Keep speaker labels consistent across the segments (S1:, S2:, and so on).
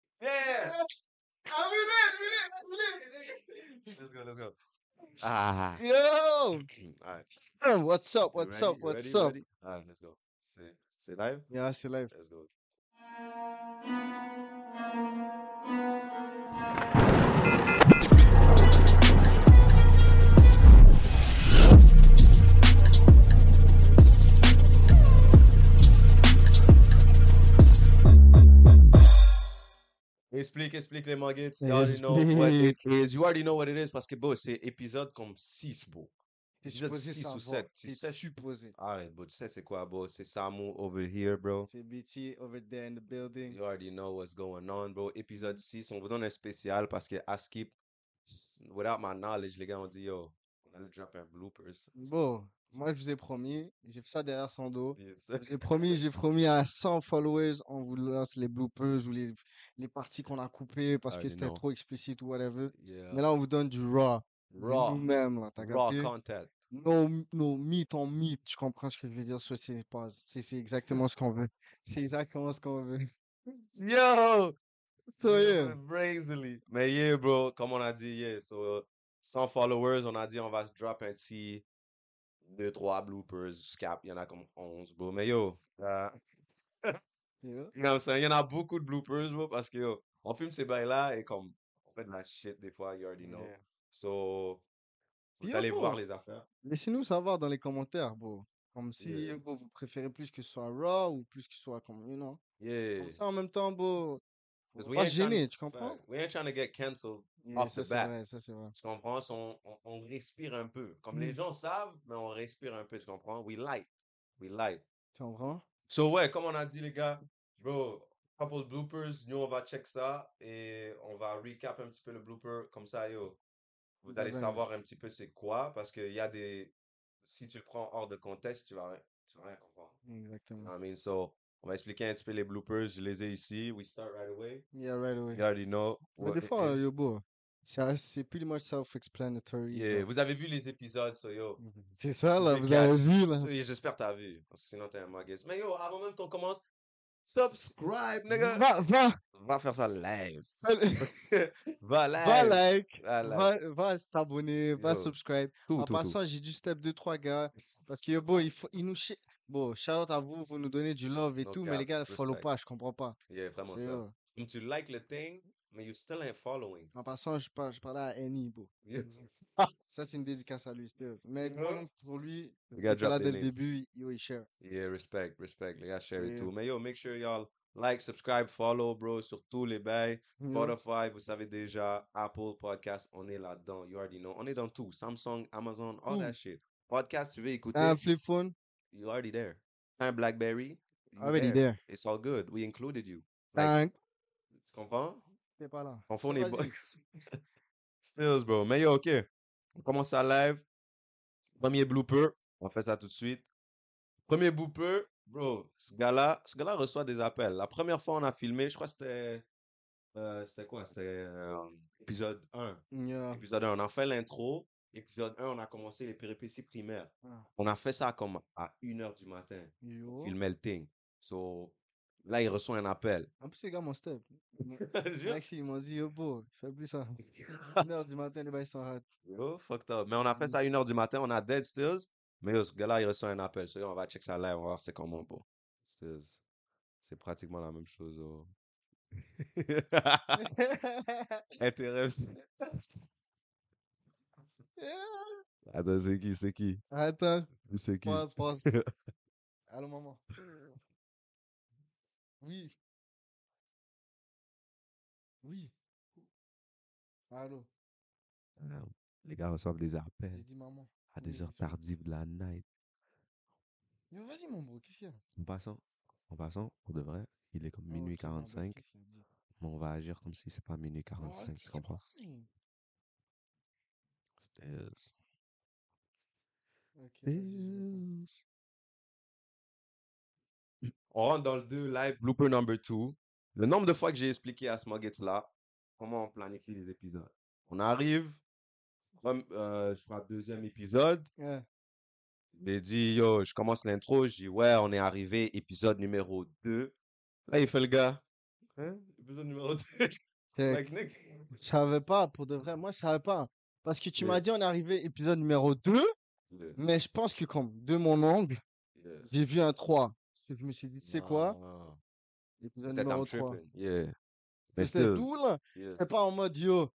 S1: Let's go. Let's go. Ah.
S2: Yo,
S1: All right.
S2: what's up?
S1: You
S2: What's
S1: ready?
S2: up?
S1: You ready?
S2: What's
S1: You
S2: up?
S1: ready? All right. Let's go. C'est c'est live.
S2: Yeah, c'est live.
S1: Let's go. Explique, explique les manguettes. You already know what it is. You already know what it is parce que, bro, c'est épisode comme 6, bro.
S2: T'es
S1: Épisode
S2: supposé
S1: 6 ou
S2: savoir.
S1: 7. Tu
S2: T'es
S1: sais,
S2: supposé.
S1: Alright, bro, tu sais c'est quoi, bro? C'est Samu over here, bro.
S2: C'est BT over there in the building.
S1: You already know what's going on, bro. Épisode 6, on vous donne un spécial parce que Askip, s- without my knowledge, les gars ont dit, yo, on allait drop un bloopers.
S2: Bon, moi je vous ai promis, j'ai fait ça derrière son dos.
S1: Yes.
S2: Je vous ai promis, j'ai promis à 100 followers, on vous lance les bloopers ou les, les parties qu'on a coupées parce que
S1: Already
S2: c'était
S1: Ah, know.
S2: trop explicite ou whatever.
S1: Yeah.
S2: Mais là, on vous donne du raw. du
S1: Raw.
S2: Nous-mêmes, là, t'as
S1: Raw
S2: capté?
S1: content.
S2: Nos, nos mythes en mythes, tu comprends ce que je veux dire sur ces pauses. C'est c'est exactement ce qu'on veut. C'est exactement ce qu'on veut. Yo! So, yeah.
S1: Brazily. Mais yeah, bro, comme on a dit, yeah, so, euh, 100 followers, on a dit on va se drop un petit 2-3 bloopers, cap, il y en a comme 11, bro. Mais yo, euh,
S2: Ah. Yeah.
S1: You know what I'm saying? Il y en a beaucoup de bloopers, bro, parce que yo, on filme ces bails-là et comme on fait de la shit des fois, you already know.
S2: Yeah.
S1: So, vous
S2: Yeah,
S1: allez voir
S2: bro.
S1: les affaires.
S2: Laissez-nous savoir dans les commentaires, bro. Comme si euh,
S1: Yeah.
S2: bro, vous préférez plus que ce soit raw ou plus que ce soit comme, you know.
S1: Yeah.
S2: Comme ça, en même temps, bro, on
S1: 'Cause
S2: va
S1: we
S2: pas
S1: ain't
S2: se
S1: tryna-
S2: gêner, tu comprends?
S1: We ain't trying to get canceled.
S2: Yeah,
S1: off
S2: ça,
S1: the
S2: c'est
S1: bat.
S2: vrai, ça, c'est vrai.
S1: Tu comprends? So, on, on- on respire un peu. Comme les
S2: Mm.
S1: gens savent, mais on respire un peu, tu comprends? We light. We light.
S2: Tu comprends?
S1: So, ouais, comme on a dit, les gars, bro, couple bloopers, nous, on va check ça et on va recap un petit peu le blooper. Comme ça, yo, vous allez
S2: Design.
S1: savoir un petit peu c'est quoi parce qu'il y a des. Si tu le prends hors de contexte, tu vas, rien- tu vas rien comprendre. You know
S2: Exactement.
S1: what I mean? So, on va expliquer un petit peu les bloopers. Je les ai ici. We start right away.
S2: Yeah, right away.
S1: You already know.
S2: Mais
S1: what
S2: des
S1: it
S2: fois, euh,
S1: is.
S2: yo, bro, ça- c'est pretty much self-explanatory.
S1: Yeah,
S2: genre.
S1: vous avez vu les épisodes, so yo.
S2: C'est ça,
S1: Je
S2: Ah, là,
S1: les
S2: vous avez
S1: cache.
S2: vu, là.
S1: So, et J'espère que t'as vu. Parce que sinon, t'es un magasin. Mais yo, avant même qu'on commence, subscribe, nigga.
S2: Va, va,
S1: Va faire ça live. Va
S2: va, va
S1: live.
S2: like,
S1: Va live.
S2: va, va t'abonner, va
S1: Yo.
S2: subscribe.
S1: Tout,
S2: En
S1: tout, tout.
S2: passant, j'ai du step 2, 3, gars. Parce que, yo, bon, il faut, il nous chi- Bon, shout out à vous, vous nous donnez du love et
S1: No
S2: tout, mais les
S1: cap,
S2: gars, follow
S1: respect.
S2: pas, je comprends pas.
S1: Yeah, vraiment
S2: C'est,
S1: ça.
S2: euh,
S1: Comme tu like le thing, mais you still ain't following.
S2: En passant, je, par- je parlais à Annie, bro.
S1: Yeah.
S2: Ça, c'est une dédicace à lui, stéos. Mais
S1: Yeah.
S2: pour- pour lui,
S1: We
S2: il
S1: gotta
S2: était là
S1: drop
S2: dès
S1: their
S2: le
S1: names.
S2: début, yo, il share.
S1: Yeah, respect, respect. Les gars, share it
S2: Yeah.
S1: too. Mais yo, make sure y'all like, subscribe, follow, bro, sur tous les bails.
S2: Yeah.
S1: Spotify, vous savez déjà. Apple Podcast, on est là-dedans. You already know. On est dans tout. Samsung, Amazon, all
S2: Tout. Ah.
S1: that shit. Podcast, tu veux écouter,
S2: Un flip phone, Ah
S1: you already there. Un Blackberry, you
S2: already
S1: there.
S2: there. Ah.
S1: It's all good. We included you. Like,
S2: Tank,
S1: tu comprends?
S2: t'es pas là.
S1: On fait, on
S2: Ça,
S1: est
S2: vas-y.
S1: bon. Stills, bro. Mais yo, OK. On commence à live. Premier blooper. On fait ça tout de suite. Premier blooper, bro. Ce gars-là, ce gars-là reçoit des appels. La première fois, on a filmé, je crois que c'était... euh, c'était quoi? C'était euh, épisode 1.
S2: Yeah.
S1: Épisode 1, on a fait l'intro. Épisode 1, on a commencé les péripéties primaires.
S2: Ah,
S1: On a fait ça comme à 1h du matin. On
S2: Yo.
S1: filmait le thing. So, là, il reçoit un appel.
S2: En plus, les gars, mon step. Mon-
S1: Jure.
S2: Maxi, ils m'ont dit, yo, beau, fais plus ça. 1h du matin, les bails sont hâte.
S1: Yo, fucked up. Oh, Mais on a fait
S2: Mm.
S1: ça à 1h du matin, on a Dead Stills. Mais yo, ce gars-là, il reçoit un appel. So, yo, on va check ça live, on va voir c'est comment, bro. Stills, c'est pratiquement la même chose. oh. Interrupts. Attends, c'est qui, c'est qui?
S2: Attends,
S1: C'est qui?
S2: pause, pause. Allô, maman. Oui. Oui. Allô.
S1: Ah, Les gars reçoivent des
S2: J'ai
S1: appels
S2: dit maman.
S1: à
S2: Oui,
S1: des heures
S2: désolé.
S1: tardives de la night.
S2: Yo, vas-y, mon bro, qu'est-ce qu'il y a?
S1: En passant, en passant, pour de vrai, il est comme
S2: Ah,
S1: minuit
S2: ok, mon bro,
S1: 45,
S2: qu'est-ce qu'il a dit?
S1: mais on va agir comme si c'est pas minuit
S2: Oh,
S1: 45,
S2: c'est
S1: tu comprends?
S2: pareil.
S1: Stills.
S2: Ok, vas-y, je réponds.
S1: On rentre dans le 2, live blooper number 2. Le nombre de fois que j'ai expliqué à Smuggets là, comment on planifie les épisodes. On arrive, comme, euh, je crois, deuxième épisode.
S2: Ouais.
S1: J'ai dit, yo, je commence l'intro. J'ai dit, ouais, on est arrivé, épisode numéro 2. Là, il fait le gars. Hein? Épisode numéro 2.
S2: C'est-
S1: Like, nigga.
S2: Je savais pas, pour de vrai, moi je savais pas. Parce que tu
S1: Yeah.
S2: m'as dit on est arrivé épisode numéro 2,
S1: Yeah,
S2: mais je pense que comme de mon angle,
S1: yeah.
S2: j'ai vu un 3. Parce que Je me suis dit, c'est quoi?
S1: Non.
S2: Épisode
S1: Peut-être
S2: numéro
S1: I'm
S2: 3.
S1: tripping. Yeah. Mais
S2: C'était
S1: still,
S2: d'où là?
S1: yeah.
S2: C'était pas en mode yo.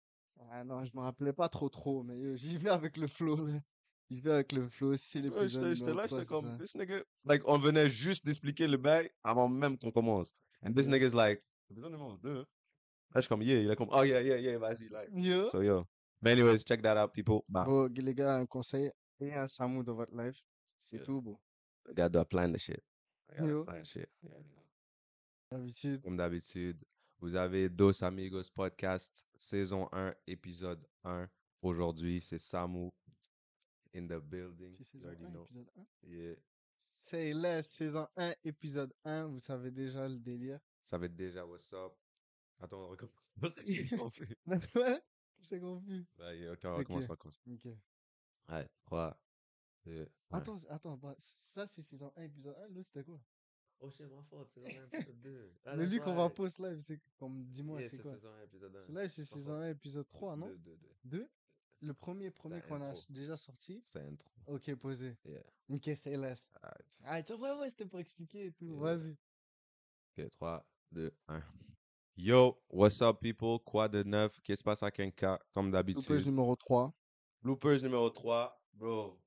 S2: Ah non, je me rappelais pas trop trop, mais yo, j'y vais avec le flow là. J'y vais avec le flow, c'est
S1: Ouais,
S2: l'épisode
S1: J'étais j'étais
S2: numéro
S1: là,
S2: 3,
S1: j'étais
S2: c'est ça.
S1: comme, this nigga. Like, on venait juste d'expliquer le bail avant même qu'on commence. And this
S2: Yeah.
S1: nigga's like, c'est besoin de numéro deux. Là, je suis comme, yeah. Il est comme, oh yeah, yeah, yeah, vas-y, like.
S2: Yo.
S1: So, yo. But anyways, check that out, people. Bah,
S2: Bon, g- les gars, un conseil, ayez un Samu dans votre life. C'est
S1: Yeah.
S2: tout, bon.
S1: I gotta do plan the shit. I gotta
S2: Yo.
S1: plan shit. Yeah.
S2: D'habitude,
S1: Comme d'habitude, vous avez Dos Amigos Podcast, saison 1, épisode 1. Aujourd'hui, c'est Samu in the building.
S2: c'est
S1: You
S2: saison
S1: already
S2: 1,
S1: know.
S2: épisode 1.
S1: Yeah.
S2: C'est la saison 1, épisode 1. Vous savez déjà le délire.
S1: Ça va être déjà what's up. Attends, on recommence. J'ai compris.
S2: Ouais, J'étais confus.
S1: Bah, yeah, ok, on
S2: Ok.
S1: recommence, on recommence.
S2: Ok.
S1: Ouais, 3, 2,
S2: Attends, c'est- attends, bah, c- ça c'est saison 1, épisode 1, l'autre c'était quoi?
S1: Oh shit, ma faute, saison 1, épisode 2. Ah,
S2: Le lui
S1: that's
S2: qu'on va
S1: right.
S2: post live, c'est comme, dis-moi,
S1: Yeah,
S2: c'est
S1: c'est
S2: quoi?
S1: saison 1, épisode 1.
S2: Ce live c'est
S1: Par
S2: saison
S1: contre,
S2: 1, épisode 3, non?
S1: 2, 2, 2.
S2: 2? Le premier, premier
S1: C'est
S2: qu'on a
S1: intro.
S2: déjà sorti?
S1: C'est intro.
S2: Ok, posé.
S1: Yeah.
S2: Ok, c'est la.
S1: Alright.
S2: Ah, tu ouais, ouais, c'était pour expliquer et tout.
S1: Yeah.
S2: Vas-y.
S1: Ok, 3, 2, 1. Yo, what's up, people? Quoi de neuf? Qu'est-ce qui se passe à Kenka? Comme
S2: Loopers
S1: d'habitude.
S2: numéro 3.
S1: Loopers numéro 3. Bro,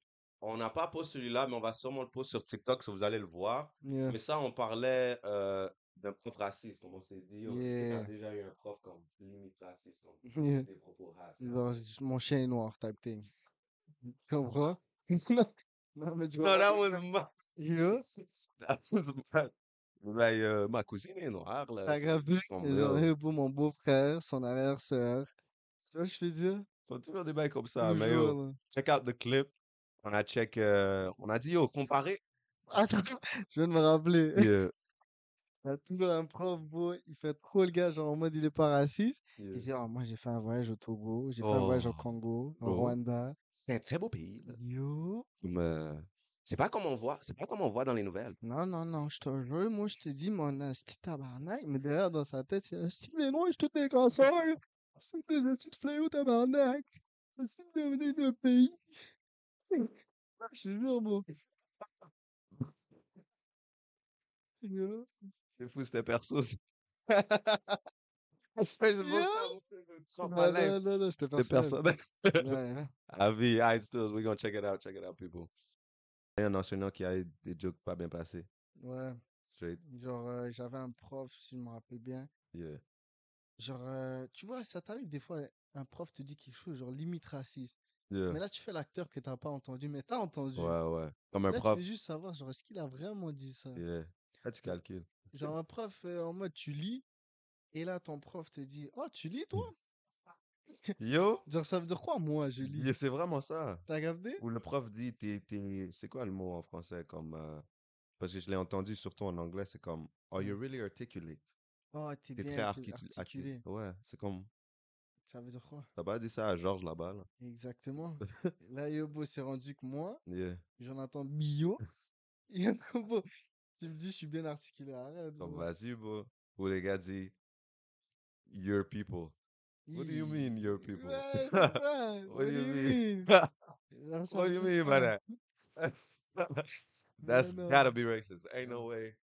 S1: on n'a pas posté celui-là, mais on va sûrement le poster sur TikTok, si vous allez le voir.
S2: Yeah.
S1: Mais ça, on parlait euh, d'un prof raciste. comme on s'est dit, yo, est-ce que t'as
S2: Yeah.
S1: déjà eu un prof comme limite raciste, comme
S2: Yeah.
S1: des propos racistes?
S2: Genre, j- mon chien est noir, type thing. Tu comprends? Non, non, mais tu
S1: No, that
S2: comprends?
S1: was mad.
S2: Yo,
S1: That was mad. Like, euh, ma cousine est noire, là.
S2: t'as
S1: Ah, c'est
S2: grave
S1: comme, yo,
S2: Genre, hey, pour mon beau-frère, son arrière-sœur. Tu vois, je fais dire?
S1: Faut toujours des bails comme ça, mais yo.
S2: Toujours, euh, là.
S1: Check out the clip. On a check, euh, on a dit, yo, comparé.
S2: Attends, je viens de me rappeler.
S1: Yeah,
S2: Il y a toujours un prof, bro, il fait trop le gars, genre en mode il est pas raciste. Il
S1: yeah.
S2: dit, oh, moi j'ai fait un voyage au Togo, j'ai fait un voyage au
S1: Oh, Euh,
S2: Congo, au
S1: bro.
S2: Rwanda.
S1: C'est un très beau pays. là.
S2: Yo.
S1: Comme, euh, c'est pas comme on voit, c'est pas comme on voit dans les nouvelles.
S2: Non, non, non, je te jure, moi je te dis, mon petit tabarnak, mais derrière dans sa tête, c'est si mais non, je te fais cancer. C'est le petit fléau tabarnak. C'est devenu le pays. Ah, Je suis jure, bro. Yo.
S1: C'est fou, c'était perso. ça. Espèce de beau
S2: Yeah.
S1: ça, mon truc, je sors
S2: Non,
S1: ma life.
S2: non, non, non, c'était
S1: C'était
S2: personnel.
S1: personnel.
S2: Ouais.
S1: Ah oui, all right, still, we're gonna check it out, check it out, people. Il y a un enseignant qui a eu des jokes pas bien placés.
S2: Ouais.
S1: Straight,
S2: Genre, euh, j'avais un prof, si je me rappelle bien.
S1: yeah.
S2: Genre, euh, tu vois, ça t'arrive des fois, un prof te dit quelque chose, genre limite raciste.
S1: Yeah.
S2: Mais là, tu fais l'acteur que t'as pas entendu, mais t'as entendu.
S1: Ouais, ouais. Comme un
S2: Là,
S1: prof.
S2: tu veux juste savoir, genre, est-ce qu'il a vraiment dit ça?
S1: Yeah. Là, tu calcules.
S2: Genre, un prof euh, en mode, tu lis, et là, ton prof te dit, oh, tu
S1: Mmh.
S2: lis, toi?
S1: Yo,
S2: Genre, ça veut dire quoi, moi, je lis?
S1: yeah, c'est vraiment ça.
S2: T'as capté?
S1: Où le prof dit, t'es, t'es- c'est quoi le mot en français comme, euh, parce que je l'ai entendu surtout en anglais, c'est comme, are you really articulate?
S2: Oh, t'es
S1: T'es
S2: bien
S1: très
S2: arti-
S1: articu- articulé.
S2: articulé.
S1: Ouais, c'est comme,
S2: Ça veut dire quoi?
S1: t'as pas dit ça à Georges là-bas, là?
S2: Exactement. Là, Yobo s'est rendu que moi,
S1: Yeah.
S2: Jonathan Billot, Yobo, tu me dis, je suis bien articulé, arrête.
S1: Comme,
S2: bro.
S1: vas-y, bro. Ou les gars disent, your people. What do you
S2: Hi.
S1: mean, your people?
S2: Ouais, c'est ça.
S1: What do you mean?
S2: Là, ça
S1: What
S2: me
S1: do you
S2: fait
S1: mean by
S2: peur.
S1: that?
S2: Mais
S1: That's
S2: non.
S1: gotta be racist. Ain't no way.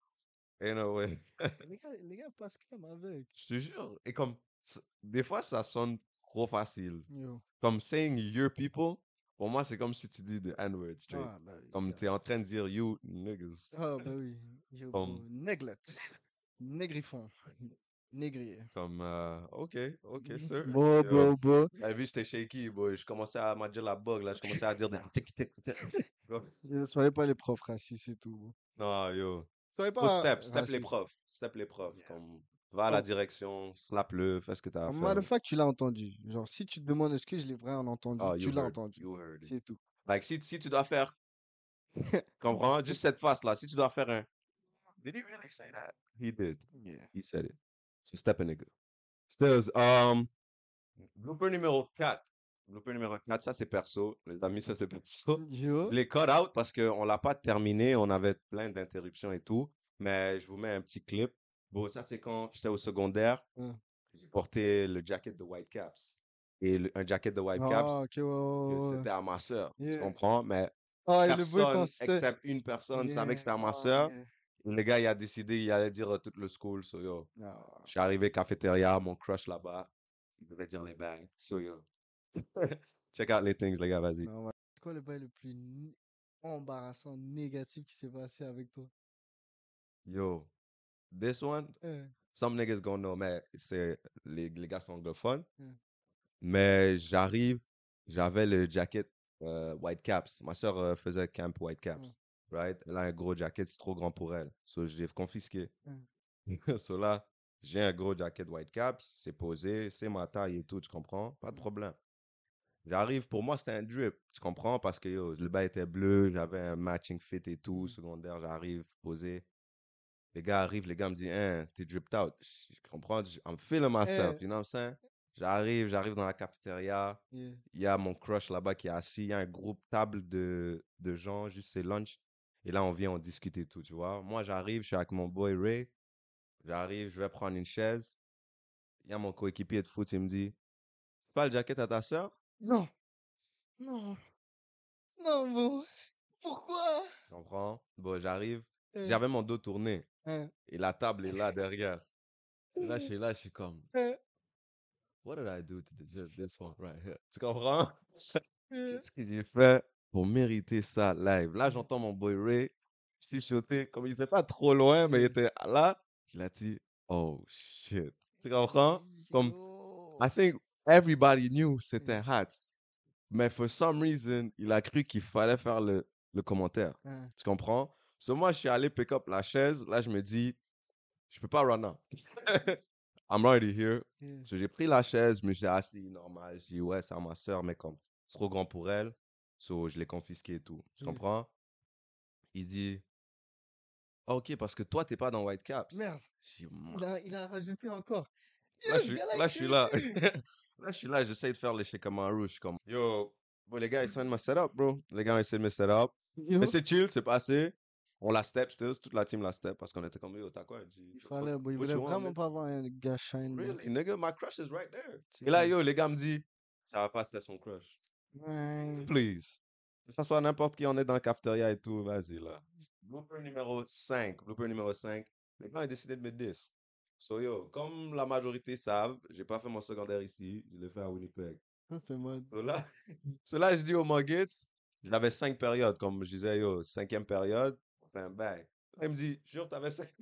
S1: Ain't no way.
S2: Les gars, les gars passent crème avec.
S1: Je te jure. Et comme, s- des fois, ça sonne trop facile.
S2: Yo.
S1: Comme saying your people, pour moi, c'est comme si tu dis the N-word straight.
S2: Ah, bah oui.
S1: Comme
S2: tiens.
S1: t'es en train de dire you niggas.
S2: Ah, bah oui. Yo,
S1: Comme-
S2: bro. Néglette. Négriffon. Négrier.
S1: Comme, euh, ok, ok, sir.
S2: Bro,
S1: Yo,
S2: bro, bro.
S1: J'avais vu, j'étais shaky, boy. Je commençais à manger la bug, là. Je commençais à dire. des tic, tic, tic, tic. Bro.
S2: Yo, Soyez pas les profs racistes et tout. bro.
S1: Non, yo.
S2: Soyez
S1: Faut
S2: pas
S1: step, step les
S2: racistes.
S1: profs. Step les profs.
S2: Yeah.
S1: Comme, va à la
S2: Comme-
S1: direction, slap-le, fais ce que t'as à
S2: En
S1: faire.
S2: fact, tu l'as entendu. Genre, si tu te demandes est-ce que je l'ai vraiment entendu,
S1: Oh, you
S2: tu l'as
S1: heard,
S2: entendu.
S1: you heard. it.
S2: C'est tout.
S1: Like, si, si tu dois faire, comprends, juste cette face-là, si tu dois faire un. Did he really say that? He did.
S2: Yeah.
S1: He said it. So step a nigga. Stills, um, blooper numéro 4. Blooper numéro 4, ça c'est perso. Les amis, ça c'est perso.
S2: Yo.
S1: Je l'ai cut out parce qu'on l'a pas terminé. On avait plein d'interruptions et tout. Mais je vous mets un petit clip. Bon, ça, c'est quand j'étais au secondaire.
S2: Ouais.
S1: J'ai porté le jacket de Whitecaps. Et le- un jacket de
S2: Ah,
S1: Whitecaps,
S2: ok, ouais, ouais,
S1: que
S2: ouais.
S1: c'était à ma soeur. Tu
S2: Yeah.
S1: comprends? Mais
S2: Ah, il le voit
S1: personne,
S2: quand
S1: except une personne, savait que c'était à ma soeur.
S2: Ah,
S1: Le gars, il a décidé, il allait dire à tout le school, so yo.
S2: Ah.
S1: Je suis arrivé cafétéria, mon crush là-bas. Il devait dire les bails. So yo. Check out les things, les gars, vas-y.
S2: Ah. C'est quoi le bail le plus né- embarrassant, négatif qui s'est passé avec toi?
S1: Yo. This one,
S2: Eh,
S1: some niggas gonna know, mais c'est les, les gars sont anglophones.
S2: Hmm.
S1: Mais j'arrive, j'avais le jacket euh, White Caps. Ma soeur faisait camp
S2: Hmm.
S1: White Caps, right? Elle a un gros jacket, c'est trop grand pour elle. So, je l'ai confisqué.
S2: Hmm.
S1: so là, j'ai un gros jacket White Caps, c'est posé, c'est ma taille et tout, tu comprends? Pas de
S2: Hmm.
S1: problème. J'arrive, pour moi, c'était un drip, tu comprends? Parce que yo, le bas était bleu, j'avais un matching fit et tout,
S2: Hmm.
S1: secondaire, j'arrive, posé. Les gars arrivent, les gars me disent, hein, t'es dripped out. Je je comprends, je- I'm feeling myself,
S2: Eh.
S1: you know what I'm saying? J'arrive, j'arrive dans la cafétéria,
S2: yeah.
S1: il y a mon crush là-bas qui est assis, il y a un groupe table de, de gens, juste c'est lunch. Et là, on vient, on discute et tout, tu vois. Moi, j'arrive, je suis avec mon boy Ray. J'arrive, je vais prendre une chaise. Il y a mon coéquipier de foot, il me dit, pas le jacket à ta soeur?
S2: Non, non, non, bon, pourquoi?
S1: Je comprends. Bon, j'arrive.
S2: Eh,
S1: J'avais mon dos tourné.
S2: hein,
S1: Et la table est là derrière. Et là,
S2: Mm.
S1: je suis là, je suis comme,
S2: eh,
S1: What did I do to deserve this one right here? Tu comprends?
S2: eh.
S1: Qu'est-ce que j'ai fait pour mériter ça live? Là, j'entends mon boy Ray chuchoter, comme il était pas trop loin, mais il
S2: Mm.
S1: était là. Il a dit, Oh shit. Tu comprends? Comme,
S2: Yo.
S1: I think everybody knew c'était Hats. Mais for some reason, il a cru qu'il fallait faire le, le commentaire.
S2: Hein.
S1: Tu comprends? So, moi, je suis allé pick up la chaise. Là, je me dis, je peux pas run out. I'm already here.
S2: Yeah.
S1: So, j'ai pris la chaise, mais j'ai assis normal. J'ai dit, ouais, c'est à ma soeur, mais comme c'est trop grand pour elle. So, je l'ai confisqué et tout. Tu
S2: Yeah.
S1: comprends? Il dit, Ah, ok, parce que toi, t'es pas dans White Caps.
S2: Merde,
S1: J'ai dit, Man.
S2: il a, il a rajouté encore.
S1: Là,
S2: Yo,
S1: je
S2: ce
S1: suis
S2: gars-là,
S1: là,
S2: il
S1: je suis là.
S2: crazy.
S1: Là, je suis là, j'essaie de faire les chez comme un rouge. Comme, yo, bro, les gars, ils sont de me set up, bro. Les gars, ils sont de me set up.
S2: Mm. Yo,
S1: Mais c'est chill, c'est passé. On la step, still. Toute la team la step parce qu'on était comme, yo, t'as quoi? J'ai dit,
S2: il
S1: "Yo,
S2: fallait,
S1: fuck,
S2: bon, il
S1: what
S2: voulait
S1: you want,
S2: vraiment
S1: nigga?"
S2: pas avoir un gars shine. man.
S1: Really, nigga, my crush is right there.
S2: C'est
S1: Et là,
S2: vrai.
S1: yo, les gars me disent, ça va pas, c'était son crush.
S2: Ouais.
S1: Please. Que ça soit n'importe qui, on est dans la cafétéria et tout, vas-y là. Blooper numéro 5, blooper numéro 5. Les gens ont décidé de me 10. So yo, comme la majorité savent, j'ai pas fait mon secondaire ici, je l'ai fait à Winnipeg.
S2: Ça, c'est mode.
S1: So là, so là, je dis au Muggets, j'avais 5 périodes, comme je disais, yo, cinquième période, on fait un bail. Là, Il me dit, jure, t'avais 5.
S2: Ah,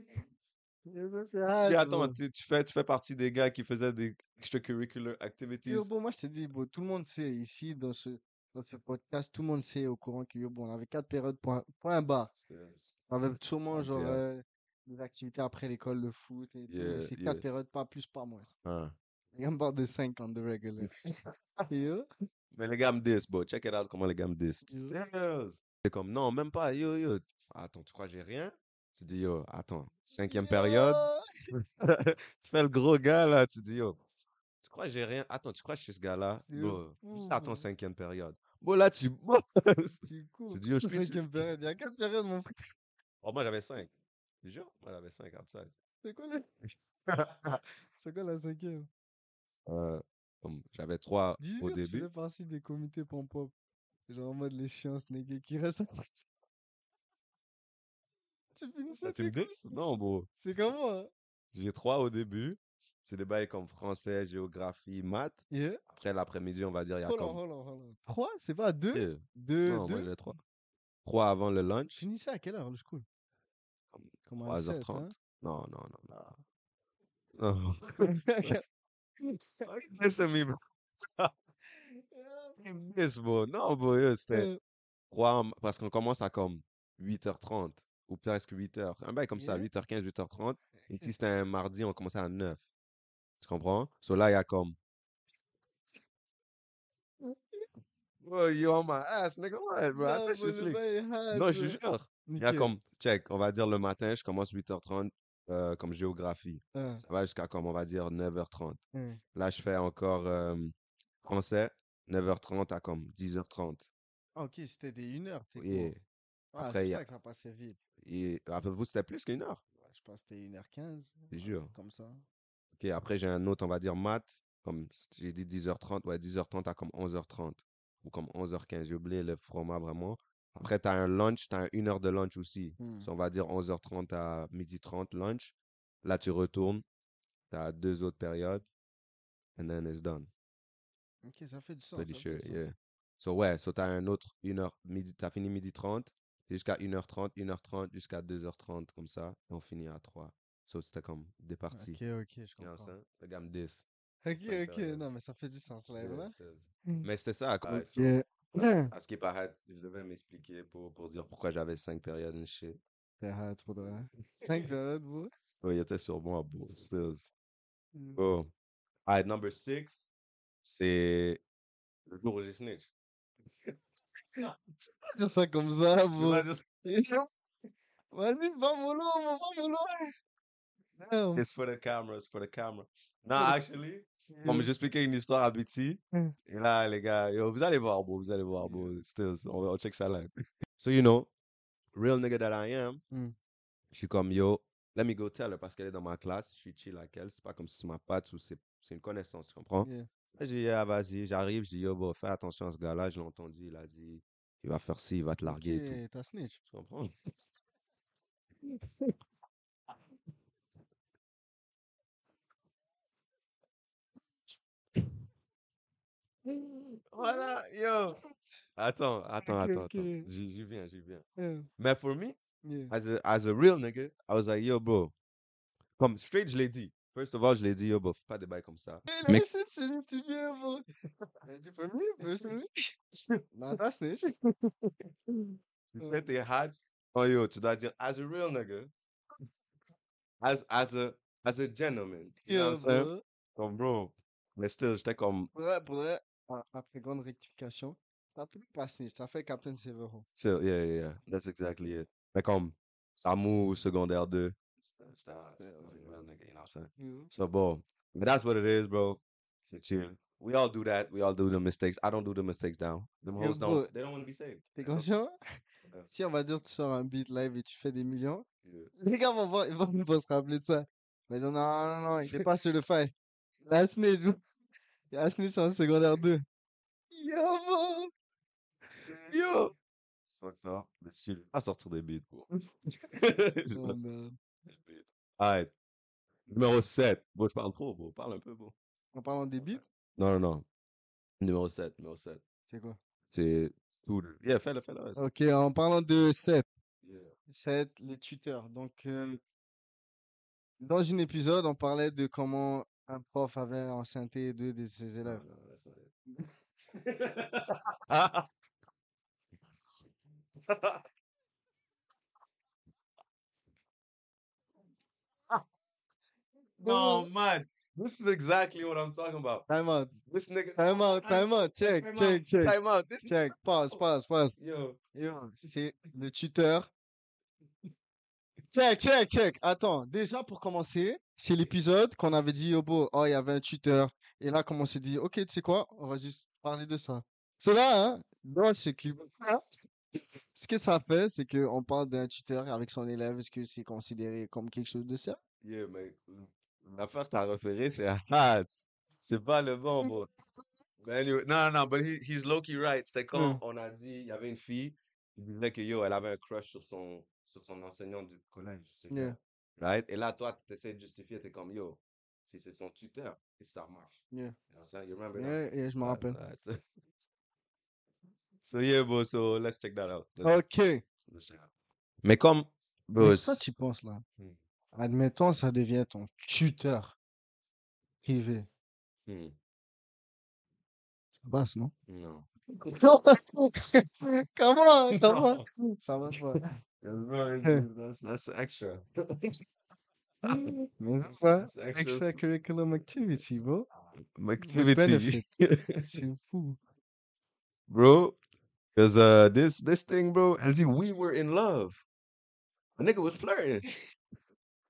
S1: Je dis, attends, tu, tu fais, tu fais partie des gars qui faisaient des extracurricular activities.
S2: Yo, bon, moi, je te dis, bon, tout le monde sait ici, dans ce, dans ce podcast, tout le monde sait au courant que, yo, bon, on avait quatre périodes pour un, pour un bar. On avait sûrement,
S1: Ah,
S2: genre,
S1: tiens.
S2: euh, des activités après l'école, le foot et tout. mais
S1: Yeah,
S2: c'est
S1: yeah.
S2: quatre périodes, pas plus, pas moins.
S1: Hein.
S2: Il y a un bar de cinq on the regular. Yo,
S1: Mais les gars me disent, bro, check it out comment les gars me disent.
S2: Yo.
S1: Stills. C'est comme, non, même pas, yo, yo. Attends, tu crois que j'ai rien? Tu dis, yo, attends, cinquième période.
S2: Yo.
S1: tu fais le gros gars, là. Tu dis, yo, tu crois que j'ai rien? Attends, tu crois que je suis ce gars-là?
S2: C'est
S1: Bro,
S2: fou,
S1: à ton
S2: bro.
S1: cinquième période. Bon, là, tu bosses.
S2: Tu cours.
S1: dis, yo, je suis-
S2: Cinquième période. Il y a quatre périodes, mon frère.
S1: Oh, moi, j'avais cinq. Je te jure, moi, j'avais cinq outside.
S2: C'est quoi, le- c'est quoi la cinquième?
S1: Euh, comme j'avais trois au
S2: Dis-lui que tu
S1: début.
S2: faisais partie des comités pom-pop. Genre en mode les chiens sneakés qui restent à Tu finissais
S1: Ah, tu me
S2: tes
S1: dis?
S2: cours.
S1: Non, bro.
S2: C'est comment hein?
S1: J'ai trois au début. C'est des bails comme français, géographie, maths.
S2: Yeah.
S1: Après l'après-midi, on va dire, il y a
S2: Hold on,
S1: comme.
S2: hold on, hold on. Trois? C'est pas deux?
S1: Yeah.
S2: Deux,
S1: Non, moi
S2: deux.
S1: j'ai trois. Trois avant le
S2: Tu
S1: lunch,
S2: finissais à quelle heure le school? Comme à 7,
S1: 3h30.
S2: hein?
S1: Non, non, non, non. Non. Fuck this, me, bro. Fuck this, bro. Non, bro, yo, c'était
S2: Euh,
S1: trois en- parce qu'on commence à comme 8h30 ou presque 8h. Un bail comme ça,
S2: Yeah.
S1: 8h15, 8h30. Et si c'était un mardi, on commençait à 9. Tu comprends? So là, il y a comme. Bro, you on my ass, nigga. What, bro? I
S2: non,
S1: thought you
S2: mais le
S1: sleep.
S2: bail est hard,
S1: Non, je te
S2: euh.
S1: jure. Il y a
S2: Nickel.
S1: comme, check, on va dire le matin, je commence 8h30 euh, comme géographie.
S2: Hein,
S1: Ah, Ça va jusqu'à comme, on va dire 9h30.
S2: hein.
S1: Là, je fais encore euh, français, 9h30 à comme 10h30.
S2: Ah, Ok, c'était des 1 heure, tes
S1: Et,
S2: cours. Ah,
S1: après,
S2: c'est
S1: il
S2: pour
S1: y a-
S2: ça que ça passait vite.
S1: et après vous, c'était plus qu'une heure,
S2: Ouais, Je pense que c'était 1h15,
S1: je te jure.
S2: comme ça.
S1: Ok, après, j'ai un autre, on va dire maths. Comme si j'ai dit 10h30, ouais, 10h30 à comme 11h30 ou comme 11h15. J'ai oublié le format vraiment. Après, tu as un lunch, tu as une heure de lunch aussi.
S2: Hmm.
S1: So, on va dire 11h30 à 12h30, lunch. Là, tu retournes. Tu as deux autres périodes. And then it's done.
S2: Ok, ça fait du sens.
S1: Pretty
S2: ça fait
S1: sure,
S2: du sens.
S1: yeah. So, ouais, so t'as un autre, une heure, midi, t'as fini midi 30, c'est jusqu'à 1h30, 1h30, jusqu'à 2h30, comme ça, et on finit à 3. So, c'était comme des parties.
S2: Ok, ok, je
S1: You know what I'm
S2: comprends.
S1: saying? Like, I'm this.
S2: Ok,
S1: Cinq
S2: ok,
S1: périodes. Ah
S2: non, mais ça fait du sens, là,
S1: Yeah,
S2: voilà.
S1: c'était-
S2: Mm.
S1: Mais c'était ça, comme-
S2: Ok. Ouais.
S1: à ce qui paraît, je devais m'expliquer pour, pour dire pourquoi j'avais 5 périodes and shit.
S2: T'es hâte, pour de vrai. Cinq périodes, bro.
S1: Oh, il était sur moi, bro. Stills.
S2: Mm.
S1: Oh. All right, number 6, c'est le jour où j'ai snitch.
S2: Faut pas Dire ça comme ça,
S1: Je
S2: bro.
S1: vais juste-
S2: Vas-y, va mollo, va mollo. Damn.
S1: It's for the camera, it's for the camera. Non, actually, on m'a
S2: Yeah.
S1: juste expliqué une histoire à Biti.
S2: Mm.
S1: Et là, les gars, yo, vous allez voir, bro, vous allez voir,
S2: Yeah.
S1: bro. Still, on, on check ça live. So, you know, real nigga that I am,
S2: Mm.
S1: je suis comme, yo, let me go tell her parce qu'elle est dans ma classe, je suis chill avec elle, c'est pas comme si c'est ma patte ou c'est c'est une connaissance, tu comprends?
S2: Yeah.
S1: Là, J'ai dit, ah, vas-y, j'arrive, je dis, yo, bro, fais attention à ce gars-là, je l'ai entendu, il a dit, il va faire ci, il va te larguer et tout.
S2: Ok, t'as snitch.
S1: Tu comprends? Voilà, yo. Attends, attends,
S2: Ok,
S1: attends, attends.
S2: ok.
S1: J'y j'y viens, j'y viens.
S2: Yeah.
S1: Mais for me,
S2: Yeah.
S1: as a, as a real nigga, I was like, yo, bro. Comme straight, je l'ai dit. First of all, je l'ai dit, yo, bro, fais pas des bails comme ça.
S2: Hey,
S1: Mais-
S2: listen, c'est juste du bien, bro. Euh, du premier, personally. Non, t'as snitch.
S1: Tu
S2: Ouais.
S1: sais, tes hats. Oh, yo, tu dois dire, as a real nigga. As, as, a, as a gentleman. You know what I'm
S2: Yeah,
S1: saying?
S2: bro.
S1: Comme, bro. Mais still, j'étais comme,
S2: Pour vrai, pour vrai, a- après grande rectification, t'as plus pas snitch, t'as fait Captain Severo.
S1: still, yeah, yeah, yeah. That's exactly it. Mais comme, Samu, secondaire 2. C'était- c'était- c'était
S2: ouais.
S1: un real nigga, you know what I'm saying?
S2: You.
S1: So, bro, but that's what it is, bro. So chill. We all do that. We all do the mistakes. I don't do the mistakes now. Them
S2: Yo,
S1: hoes
S2: bro.
S1: don't. They don't want to be saved.
S2: T'es
S1: They don't-
S2: conscient?
S1: Yeah.
S2: Si on va dire tu sors un beat live et tu fais des millions,
S1: Yeah.
S2: les gars vont, voir- ils vont, ils vont se rappeler de ça. Mais non, non, non, non, il était pas sur le file. La snitch, bro. la snitch en secondaire 2. Yo, bro. Yo.
S1: It's fucked up. Mais si, je vais pas sortir des beats, bro. Je vais pas
S2: Oh,
S1: sortir
S2: man.
S1: des beats. Alright. Numéro 7. Bon, je parle trop, bro. Parle un peu, bro.
S2: En parlant des beats,
S1: Non, non, non. Numéro 7. Numéro 7.
S2: c'est quoi?
S1: C'est tout. le- Yeah, fais-le, fais-le. Ah ouais, c'est-
S2: Ok, en parlant de 7.
S1: Yeah.
S2: C'est les tuteurs. Donc, euh, dans un épisode, on parlait de comment un prof avait enceinté deux de ses
S1: Non,
S2: élèves.
S1: non, that's not it.
S2: Oh.
S1: No, man. This is exactly what I'm talking about.
S2: Time out,
S1: This nigga.
S2: time out,
S1: Time-
S2: time out, check,
S1: Time
S2: check,
S1: out,
S2: check,
S1: Time out. This
S2: check, pause, pause, pause.
S1: Yo.
S2: Yo, c'est le tuteur. Check, check, check. Attends, déjà pour commencer, c'est l'épisode qu'on avait dit, au beau, oh, il y avait un tuteur. Et là, comme on s'est dit, ok, tu sais quoi, on va juste parler de ça. C'est là, hein, dans ce clip. Ce que ça fait, c'est qu'on parle d'un tuteur avec son élève, est-ce que c'est considéré comme quelque chose de sérieux?
S1: Yeah, mais l'affaire que t'as référé, c'est Hats. C'est pas le bon, bro. But anyway, non, non, non, but he, he's low-key right. C'était quand
S2: Hmm.
S1: on a dit, il y avait une fille, il disait que yo, elle avait un crush sur son, sur son enseignant du collège. c'est
S2: Yeah.
S1: genre, Right? Et là, toi, t'essaies de justifier, t'es comme yo, si c'est son tuteur, et ça marche.
S2: Yeah.
S1: You know what I'm saying? You remember that?
S2: Yeah, yeah, je me
S1: Alright,
S2: rappelle.
S1: alright, so- So yeah, bro, so let's check that out. Let's-
S2: Ok.
S1: let's check it out. Mais comme, bro,
S2: Oh. Mais quand
S1: c'est-
S2: tu y penses là,
S1: Hmm.
S2: admettons, ça devient ton tuteur privé.
S1: Hmm,
S2: Ça passe, non?
S1: non.
S2: Comment? Comment?
S1: Non.
S2: Ça passe pas.
S1: That's, that's extra.
S2: Mais c'est ça.
S1: That's extra.
S2: Extracurriculum activity, bro.
S1: activity.
S2: C'est fou.
S1: bro. Cause uh this this thing, bro, as if we were in love. A nigga was flirting.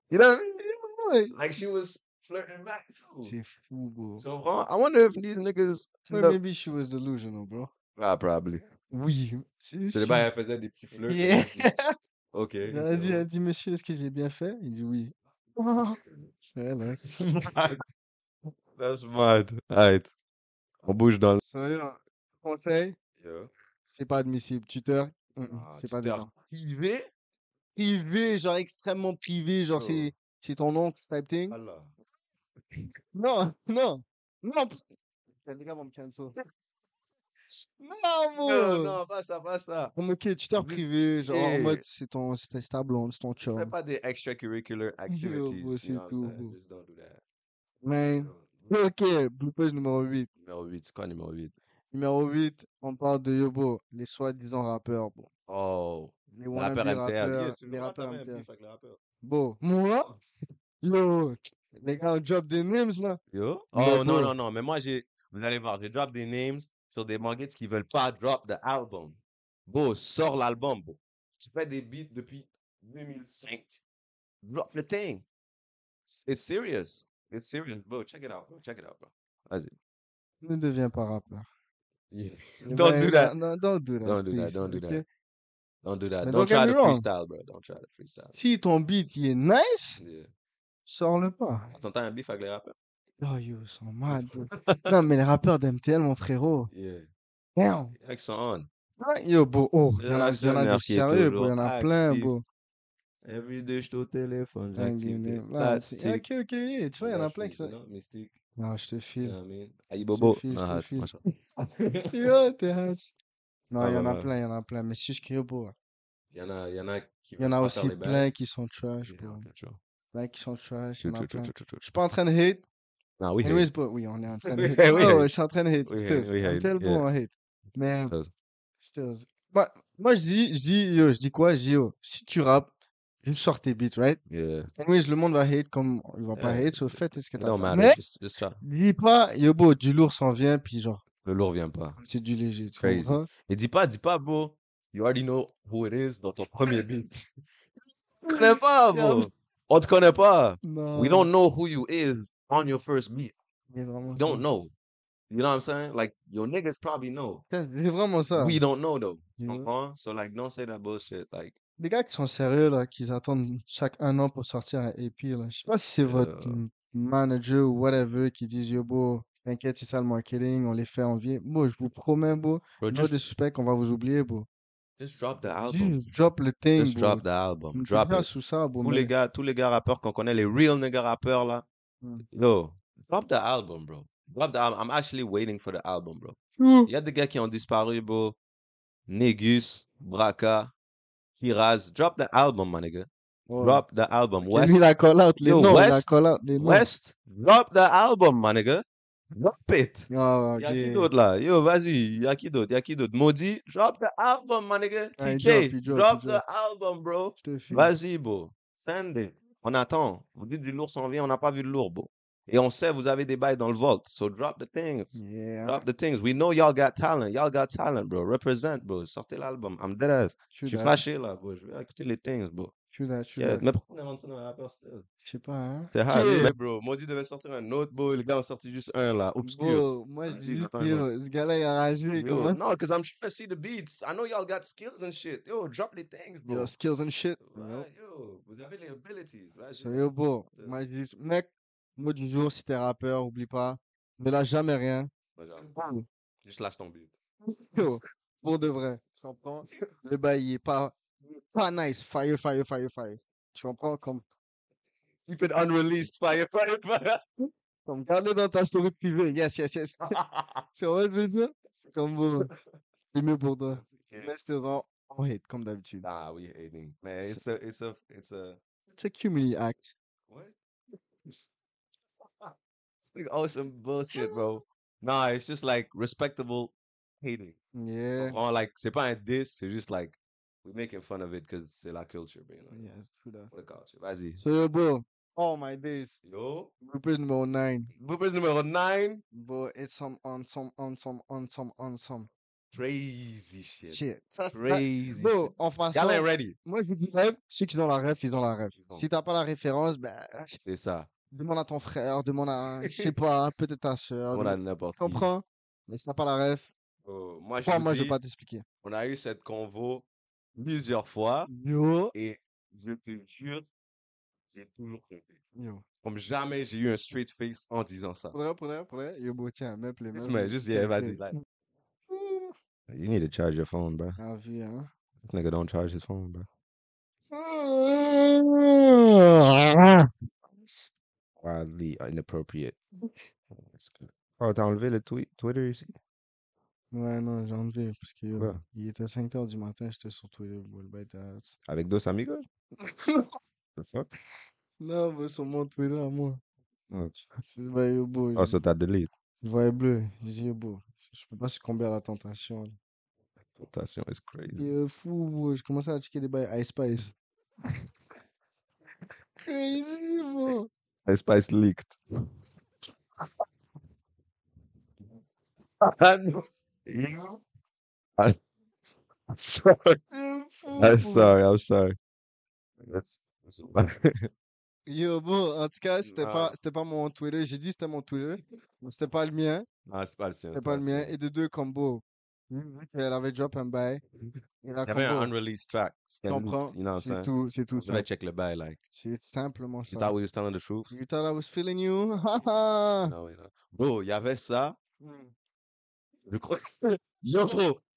S1: You know what I mean?
S2: Ouais.
S1: Like she was flirting back too.
S2: C'est fou, bro.
S1: So bro, I wonder if these niggas
S2: So
S1: end up-
S2: maybe she was delusional, bro.
S1: Ah, probably.
S2: Oui. C'est
S1: C'est le
S2: sûr.
S1: bail, elle faisait des petits flirts.
S2: Yeah.
S1: Ok.
S2: Elle a dit,
S1: so-
S2: elle a dit, monsieur, est-ce que j'ai bien fait? Il dit oui. Ouais, ben, c'est ça.
S1: Smart. That's smart. Alright. On bouge dans le.
S2: Sérieux, hein. Conseil,
S1: Yo.
S2: c'est pas admissible. Tuteur, mm, mm,
S1: Ah,
S2: c'est pas
S1: tuteur.
S2: dedans. Privé Privé, genre extrêmement privé, genre
S1: Oh.
S2: c'est, c'est ton oncle type thing.
S1: Allah.
S2: Non, non, non. p- Putain, Les gars vont me cancel. Non,
S1: Non,
S2: mon.
S1: non, pas ça, pas ça.
S2: Bon, ok, tuteur
S1: Juste-
S2: privé, genre en
S1: Eh.
S2: mode c'est ton, c'est ta- c'est ta blonde, c'est ton
S1: Fais
S2: chum.
S1: pas des extracurricular activities.
S2: bro, c'est
S1: you know what I'm
S2: tout,
S1: saying?
S2: bro.
S1: Just don't do that.
S2: Mais,
S1: Don't-
S2: ok, blue page numéro 8.
S1: Numéro 8, c'est quoi numéro 8?
S2: Numéro 8, on parle de Yobo, les soi-disant rappeurs, bon.
S1: Oh,
S2: Les
S1: les
S2: wannabe
S1: rappeurs MTL.
S2: rappeurs,
S1: Yes,
S2: les
S1: vraiment, t'as
S2: rappeurs
S1: même
S2: MTL.
S1: beef avec les rappeurs.
S2: Bon, moi,
S1: Oh.
S2: yo, les gars, on drop des names, là.
S1: Yo?
S2: Mais
S1: Oh, non,
S2: bro.
S1: non, non, mais moi, j'ai. Vous allez voir, j'ai drop des names sur des manguettes qui veulent pas drop the album. Bro, sors l'album, bro. Tu fais des beats depuis 2005. Drop the thing. It's serious. It's serious, bro. Check it out, bro. Check it out, bro. Vas-y.
S2: Ne deviens pas rappeur.
S1: Don't
S2: Ouais,
S1: do that.
S2: Non, non, don't do that.
S1: Don't do that,
S2: please,
S1: don't do
S2: ok?
S1: that. Don't do that. Don't
S2: Mais don't get
S1: try
S2: me
S1: to
S2: wrong.
S1: freestyle, bro. Don't try to freestyle.
S2: Si ton beat, il est nice,
S1: Yeah.
S2: sors-le pas.
S1: T'entends un beef avec les rappeurs?
S2: Oh, yo, ils sont mad, bro. Non, mais les rappeurs d'MTL, mon frérot.
S1: Yeah.
S2: Damn.
S1: Excellent. on.
S2: Ouais, Yo, bro, oh, il y en a, y en a
S1: Relationneur
S2: des
S1: qui est
S2: sérieux, bro, il y en
S1: toujours
S2: a plein,
S1: actif.
S2: bro.
S1: Every day, je suis au téléphone,
S2: Ah,
S1: j'active des
S2: Guinée, là, c'est-
S1: plastiques.
S2: Ok, ok, yeah, tu vois, il y en
S1: Là,
S2: a
S1: je
S2: plein qui
S1: suis, you
S2: sont.
S1: know, mystique.
S2: Non, je te
S1: You
S2: file.
S1: know what I mean? Aïe,
S2: Je
S1: Bobo.
S2: te file, je
S1: Ah,
S2: te
S1: c'est
S2: file.
S1: franchement.
S2: Yo, t'es hâte. Non,
S1: Ah,
S2: il y en a
S1: ouais, ouais.
S2: plein, il y en a plein. Mais c'est juste que, bro,
S1: Il y en a, il y en a qui
S2: il y en
S1: veulent
S2: a
S1: pas faire
S2: aussi
S1: les bails.
S2: plein qui sont trash,
S1: Yeah,
S2: bro.
S1: ok, tu vois.
S2: Plein qui sont trash, il
S1: True,
S2: y en a
S1: true, true,
S2: plein.
S1: true, true, true.
S2: Je suis pas en train de hate.
S1: Nah, we hate.
S2: Anyways, bro, oui, on est en train de
S1: We
S2: hate.
S1: hate, we
S2: Ouais, ouais,
S1: hate.
S2: je suis en train de hate.
S1: We hate,
S2: Stills,
S1: we
S2: I'm
S1: hate.
S2: tell
S1: Yeah.
S2: bon en hate. Mais,
S1: Stills.
S2: stills. Moi, moi, je dis, je dis, yo, je dis quoi? Je dis, yo, si tu rappes, juste sors tes beats, right?
S1: Yeah.
S2: Anyways, le monde va hate comme il va pas
S1: Yeah.
S2: hate, so faites ce que
S1: It
S2: t'as à
S1: don't
S2: faire.
S1: matter.
S2: Mais,
S1: Just, just try.
S2: dis pas, yo, bro, du lourd s'en vient, puis genre,
S1: Le lourd vient pas.
S2: c'est du léger,
S1: It's
S2: tu
S1: crazy.
S2: comprends?
S1: Et dis pas, dis pas, bro. You already know who it is dans ton premier beat. On te connaît pas,
S2: Ferme.
S1: bro. On te connaît pas. We
S2: Non,
S1: don't know who you is on your first beat.
S2: c'est vraiment
S1: We
S2: ça.
S1: don't know. You know what I'm saying? Like, your niggas probably know.
S2: Putain, C'est vraiment ça.
S1: We don't know, though.
S2: Tu vois?
S1: Comprends? So, like, don't say that bullshit. Like,
S2: Les gars qui sont sérieux, là, qui attendent chaque un an pour sortir un EP, là. Je sais pas si c'est votre
S1: euh,
S2: m- manager ou whatever qui dit, yo, bro, t'inquiète, c'est ça le marketing, on les fait envier. Bon, je vous promets, bro,
S1: bro,
S2: no
S1: just,
S2: disrespect, on va vous oublier, bro.
S1: just drop the album.
S2: Juste drop le thing,
S1: Just
S2: bro.
S1: drop the album.
S2: Mettez
S1: Drop
S2: bien
S1: it.
S2: sous ça, bro,
S1: Tous les
S2: mais...
S1: gars, tous les gars rappeurs qu'on connaît, les real niggas rappeurs, là. Mm. Yo, drop the album, bro. Drop the album. I'm actually waiting for the album, bro.
S2: Ouh.
S1: Il y a des gars qui ont disparu, bro. Negus, Braka, Kiraz. Drop the album, my nigga.
S2: Ouais.
S1: Drop the album.
S2: Ok, lui, il
S1: West.
S2: a call out les
S1: Yo,
S2: noms, il a
S1: West.
S2: call out les noms.
S1: West. Drop the album, my nigga. Drop it.
S2: Ah,
S1: Y'a qui
S2: ok.
S1: d'autre là? Yo, vas-y. Y'a qui d'autre? Y'a qui d'autre? Maudit. Drop the album, my nigga.
S2: Ah, il drop,
S1: TK.
S2: il drop, il
S1: Drop the
S2: drop.
S1: album, bro.
S2: Je te file.
S1: Vas-y, bro. Send it. On attend. Vous dites du lourd s'en vient. On n'a pas vu le lourd, bro. Et on sait, vous avez des bails dans le vault. So drop the things.
S2: Yeah,
S1: Drop the things. We know y'all got talent. Y'all got talent, bro. Represent, bro. Sortez l'album. I'm dead ass.
S2: je
S1: Je
S2: suis
S1: suis
S2: d'accord.
S1: fâché là, bro. Je vais écouter les things, bro.
S2: Je suis là, je suis
S1: Yeah.
S2: là.
S1: Mais pourquoi on est rentré dans la euh, rappeur still?
S2: Je sais pas, hein.
S1: C'est hard.
S2: Ok.
S1: Mais bro, Maudit devait sortir un autre, bro. Les gars ont sorti juste un là. Obscur.
S2: Bro, moi je
S1: Vas-y,
S2: dis juste
S1: attends
S2: que
S1: un autre.
S2: yo, ce gars-là il a ragé
S1: Yo,
S2: comment?
S1: no, because I'm trying to see the beats. I know y'all got skills and shit. Yo, drop the things,
S2: Yo,
S1: bro.
S2: skills and shit. Yo.
S1: Right, yo, vous avez les abilities.
S2: So
S1: Vas-y.
S2: yo, bro,
S1: Euh,
S2: moi je dis, mec, mot du jour, si t'es rappeur, oublie pas, ne lâche jamais rien.
S1: regarde,
S2: Wow.
S1: Juste lâche ton beat.
S2: Yo, pour de vrai, tu comprends? Le bail il est pas, il est pas nice. Fire, fire, fire, fire. Tu comprends? Comme,
S1: Keep it unreleased. Fire, fire, fire.
S2: comme garde dans ta story privée. Yes, yes,
S1: Ah.
S2: yes. Tu vois ce que je veux dire? C'est comme, bro, c'est mieux pour toi. Mais c'est vraiment, on hate, comme d'habitude.
S1: Nah, we hating. Man,
S2: C'est
S1: it's a, it's a, it's a,
S2: c'est un cumuli act.
S1: what? It's like, oh, some bullshit, bro. Nah, it's just like respectable hating.
S2: Yeah.
S1: Comprends? Oh, Like, c'est pas un diss, c'est juste like, we're making fun of it because c'est la culture, bro. You know?
S2: Yeah, true that.
S1: For the culture. Vas-y.
S2: So yo, bro, oh my days.
S1: Yo.
S2: Reprise numéro 9.
S1: Bloopers numéro 9.
S2: Bro, it's some on some on some on some on some
S1: Crazy shit.
S2: shit. Ça, c'est la-
S1: Crazy shit.
S2: Bro, en
S1: Y'all ain't
S2: passant,
S1: ready.
S2: moi je vous dis rêve, ceux qui ont la rêve, ils ont la rêve.
S1: Ils ont-
S2: Si t'as pas la référence, ben
S1: C'est ça.
S2: demande à ton frère, demande à je sais pas, peut-être ta soeur.
S1: On a n'importe
S2: Tu
S1: qui.
S2: comprends? Mais si t'as pas la rêve,
S1: Euh, moi, je
S2: toi,
S1: vous
S2: moi je vais
S1: dis,
S2: pas t'expliquer.
S1: on a eu cette convo plusieurs fois
S2: Yo.
S1: et je te jure, j'ai toujours compris.
S2: Yo.
S1: Comme jamais j'ai eu un straight face en disant ça.
S2: Pour vrai, pour vrai, pour vrai, Yo, bro, tiens, mets play, mets
S1: Just,
S2: play.
S1: man, just, yeah, vas-y, like.
S2: T'inquiète.
S1: You need to charge your phone, bro.
S2: Ah, vie, hein.
S1: This nigga don't charge his phone, bro. Wildly inappropriate. Oh, t'as enlevé le tweet, Twitter ici?
S2: Ouais, non, j'ai enlevé, parce que yo,
S1: Ouais.
S2: il était 5h du matin, j'étais sur Twitter, bro, le bête à-
S1: Avec dos amigos? The fuck?
S2: Non, bro, sur mon Twitter à moi.
S1: Oh,
S2: C'est le bail, yo, bro,
S1: oh
S2: je-
S1: so t'as delete.
S2: je voyais bleu, je dis, yo, bro, je peux pas succomber à la tentation, là.
S1: Tentation is crazy.
S2: Et, euh, fou, bro, je commençais à checker des bails Ice Spice. Crazy, bro.
S1: Ice Spice leaked. Ah, non. Ah, I'm sorry.
S2: Euh, fou,
S1: I'm
S2: bro.
S1: sorry. I'm sorry. That's, that's
S2: Yo, bon, en tout cas, c'était
S1: Nah.
S2: pas, c'était pas mon Twitter. J'ai dit c'était mon Twitter, mais c'était pas le mien.
S1: non, c'est pas le sien.
S2: C'était pas le mien. Et de deux, combo. Elle avait drop un bail. Et la
S1: Il y avait un
S2: combo,
S1: unreleased track. C'était
S2: tu
S1: un
S2: comprends?
S1: leaked, You know what I'm
S2: C'est
S1: saying?
S2: tout, c'est tout
S1: On
S2: ça.
S1: devait check le bail, like.
S2: C'est simplement
S1: You thought
S2: ça.
S1: we was telling the truth?
S2: You thought I was feeling you? Ha, ha.
S1: No, you know. Bro, il y avait ça.
S2: Mm.
S1: Je crois que- Yo,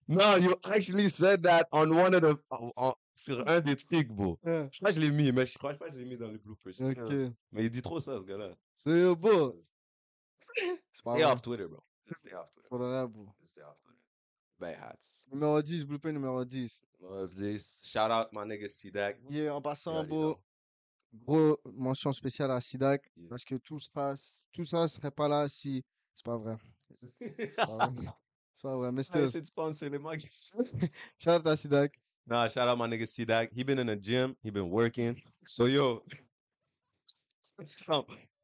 S1: no, you actually said that on one of the... on- on- sur un des trucs, bro.
S2: Ouais.
S1: Je crois que je l'ai mis, mais je crois pas que je l'ai mis dans les bloopers.
S2: Ok.
S1: Mais il dit trop ça, ce gars-là.
S2: So, yo, bon, c'est pas
S1: Stay
S2: vrai.
S1: off Twitter, bro. Stay off Twitter.
S2: Pour le rap, bon.
S1: Stay off Twitter. Bay hats.
S2: Numéro 10, blooper numéro 10.
S1: Love this. Shout out my nigga Sidak.
S2: Yeah, en
S1: You
S2: passant,
S1: already
S2: bon.
S1: know.
S2: Gros, mention spéciale à Sidak,
S1: Yeah.
S2: parce que tout, se passe, tout ça serait pas là si. C'est pas vrai. C'est pas vrai. C'est pas vrai, mais
S1: I
S2: still.
S1: said sponsor les mugs.
S2: Shout out à Sidak.
S1: Nah, shout out my nigga C-Doc. He been in the gym. He been working. So yo,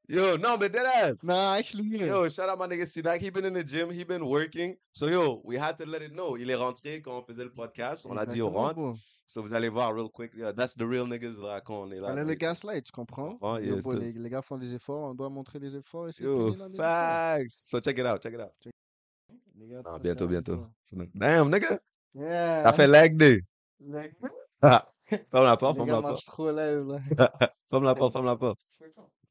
S1: yo, no, but that ass.
S2: Nah, actually, yeah.
S1: Yo, shout out my nigga C-Doc. He been in the gym. He been working. So yo, we had to let it know. Il est rentré quand on faisait le podcast. On a dit on
S2: Exactement,
S1: rentre.
S2: bro.
S1: So vous allez voir real quick. Yeah, that's the real niggas là quand on est là.
S2: Fallait le
S1: nigga.
S2: gaslight, tu comprends?
S1: comprends?
S2: Yo,
S1: Yeah,
S2: bro,
S1: c'est-
S2: les, les gars font des efforts, on doit montrer les efforts et c'est
S1: Yo,
S2: fini, là, les efforts.
S1: facts. So check it out, check it out.
S2: Les gars,
S1: Ah,
S2: trop
S1: bientôt,
S2: serrés,
S1: bientôt.
S2: ça.
S1: Damn, nigga.
S2: Yeah,
S1: T'as fait lag day.
S2: les
S1: Ah, ferme la porte,
S2: les
S1: ferme
S2: gars
S1: la porte.
S2: marchent trop live, là.
S1: Ferme la porte, ferme la porte.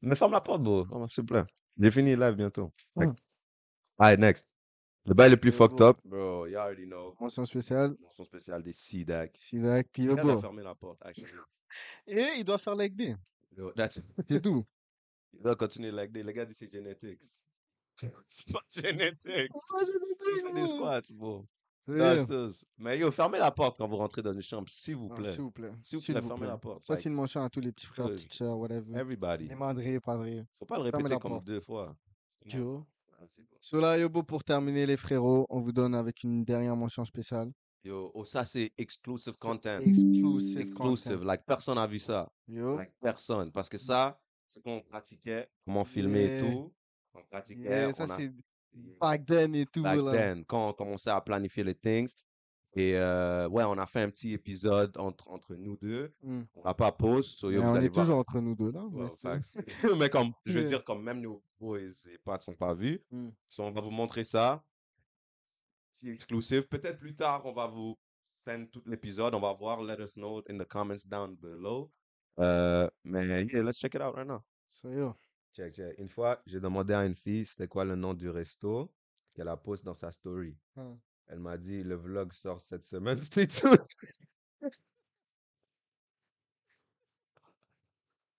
S1: Mais ferme la porte, bro. Ferme- S'il te plaît. J'ai fini le live bientôt.
S2: Hmm.
S1: Alright, next. Le bail le plus
S2: Yo,
S1: fucked
S2: bro.
S1: up. Bro, you already know.
S2: Mention spéciale,
S1: Mention spéciale des CDAC.
S2: Sidak, puis oh, yo,
S1: Il a
S2: bro.
S1: fermé la porte, actually.
S2: Et il doit faire leg day,
S1: Yo, that's...
S2: c'est tout.
S1: Il doit continuer like this. Le gars dit c'est genetics. C'est pas genetics.
S2: Pourquoi je
S1: Il
S2: le
S1: fait
S2: dis,
S1: des
S2: bro?
S1: squats, Ah, bro.
S2: Yeah.
S1: That's us. Mais yo, fermez la porte quand vous rentrez dans une chambre, s'il vous
S2: Non,
S1: plaît.
S2: Ah, S'il vous plaît.
S1: S'il vous
S2: S'il
S1: plaît,
S2: vous
S1: fermez
S2: plaît.
S1: la porte.
S2: Ça,
S1: like,
S2: c'est une mention à tous les petits frères,
S1: euh,
S2: petites sœurs, whatever.
S1: Everybody.
S2: Les mandrés, pas vrai.
S1: Faut pas le
S2: Fermez la
S1: répéter comme
S2: porte.
S1: deux fois. Come on.
S2: Yo.
S1: Ah, c'est bon.
S2: Cela, Yobo, pour terminer, les frérots, on vous donne avec une dernière mention spéciale.
S1: Yo, oh, ça c'est exclusive content.
S2: Exclusive, Hein?
S1: Exclusive. Like, personne n'a vu ça.
S2: Yo.
S1: Like, personne. Parce que ça, c'est qu'on pratiquait, comment filmer et
S2: Mmh. Yeah.
S1: tout. On pratiquait,
S2: Yeah,
S1: on
S2: ça,
S1: a
S2: c'est hein. back then et tout,
S1: back
S2: là.
S1: then, quand on commençait à planifier les things. Et euh, ouais, on a fait un petit épisode entre, entre nous deux.
S2: Hmm.
S1: On n'a pas pause. so
S2: Mais
S1: yo, vous
S2: on
S1: allez
S2: est
S1: voir.
S2: toujours entre nous deux, là. mais
S1: Wow,
S2: c'est-
S1: facts. mais comme, je veux
S2: Yeah.
S1: dire, comme même nos boys et pas sont pas vus,
S2: Mm.
S1: So, on va vous montrer ça. C'est exclusif. Peut-être plus tard, on va vous send tout l'épisode. On va voir. Let us know in the comments down below. Euh, mais yeah, let's check it out right now.
S2: So, yo.
S1: Check, check. Une fois, j'ai demandé à une fille c'était quoi le nom du resto qu'elle a posté dans sa story.
S2: Ah.
S1: Elle m'a dit le vlog sort cette semaine. C'était tout.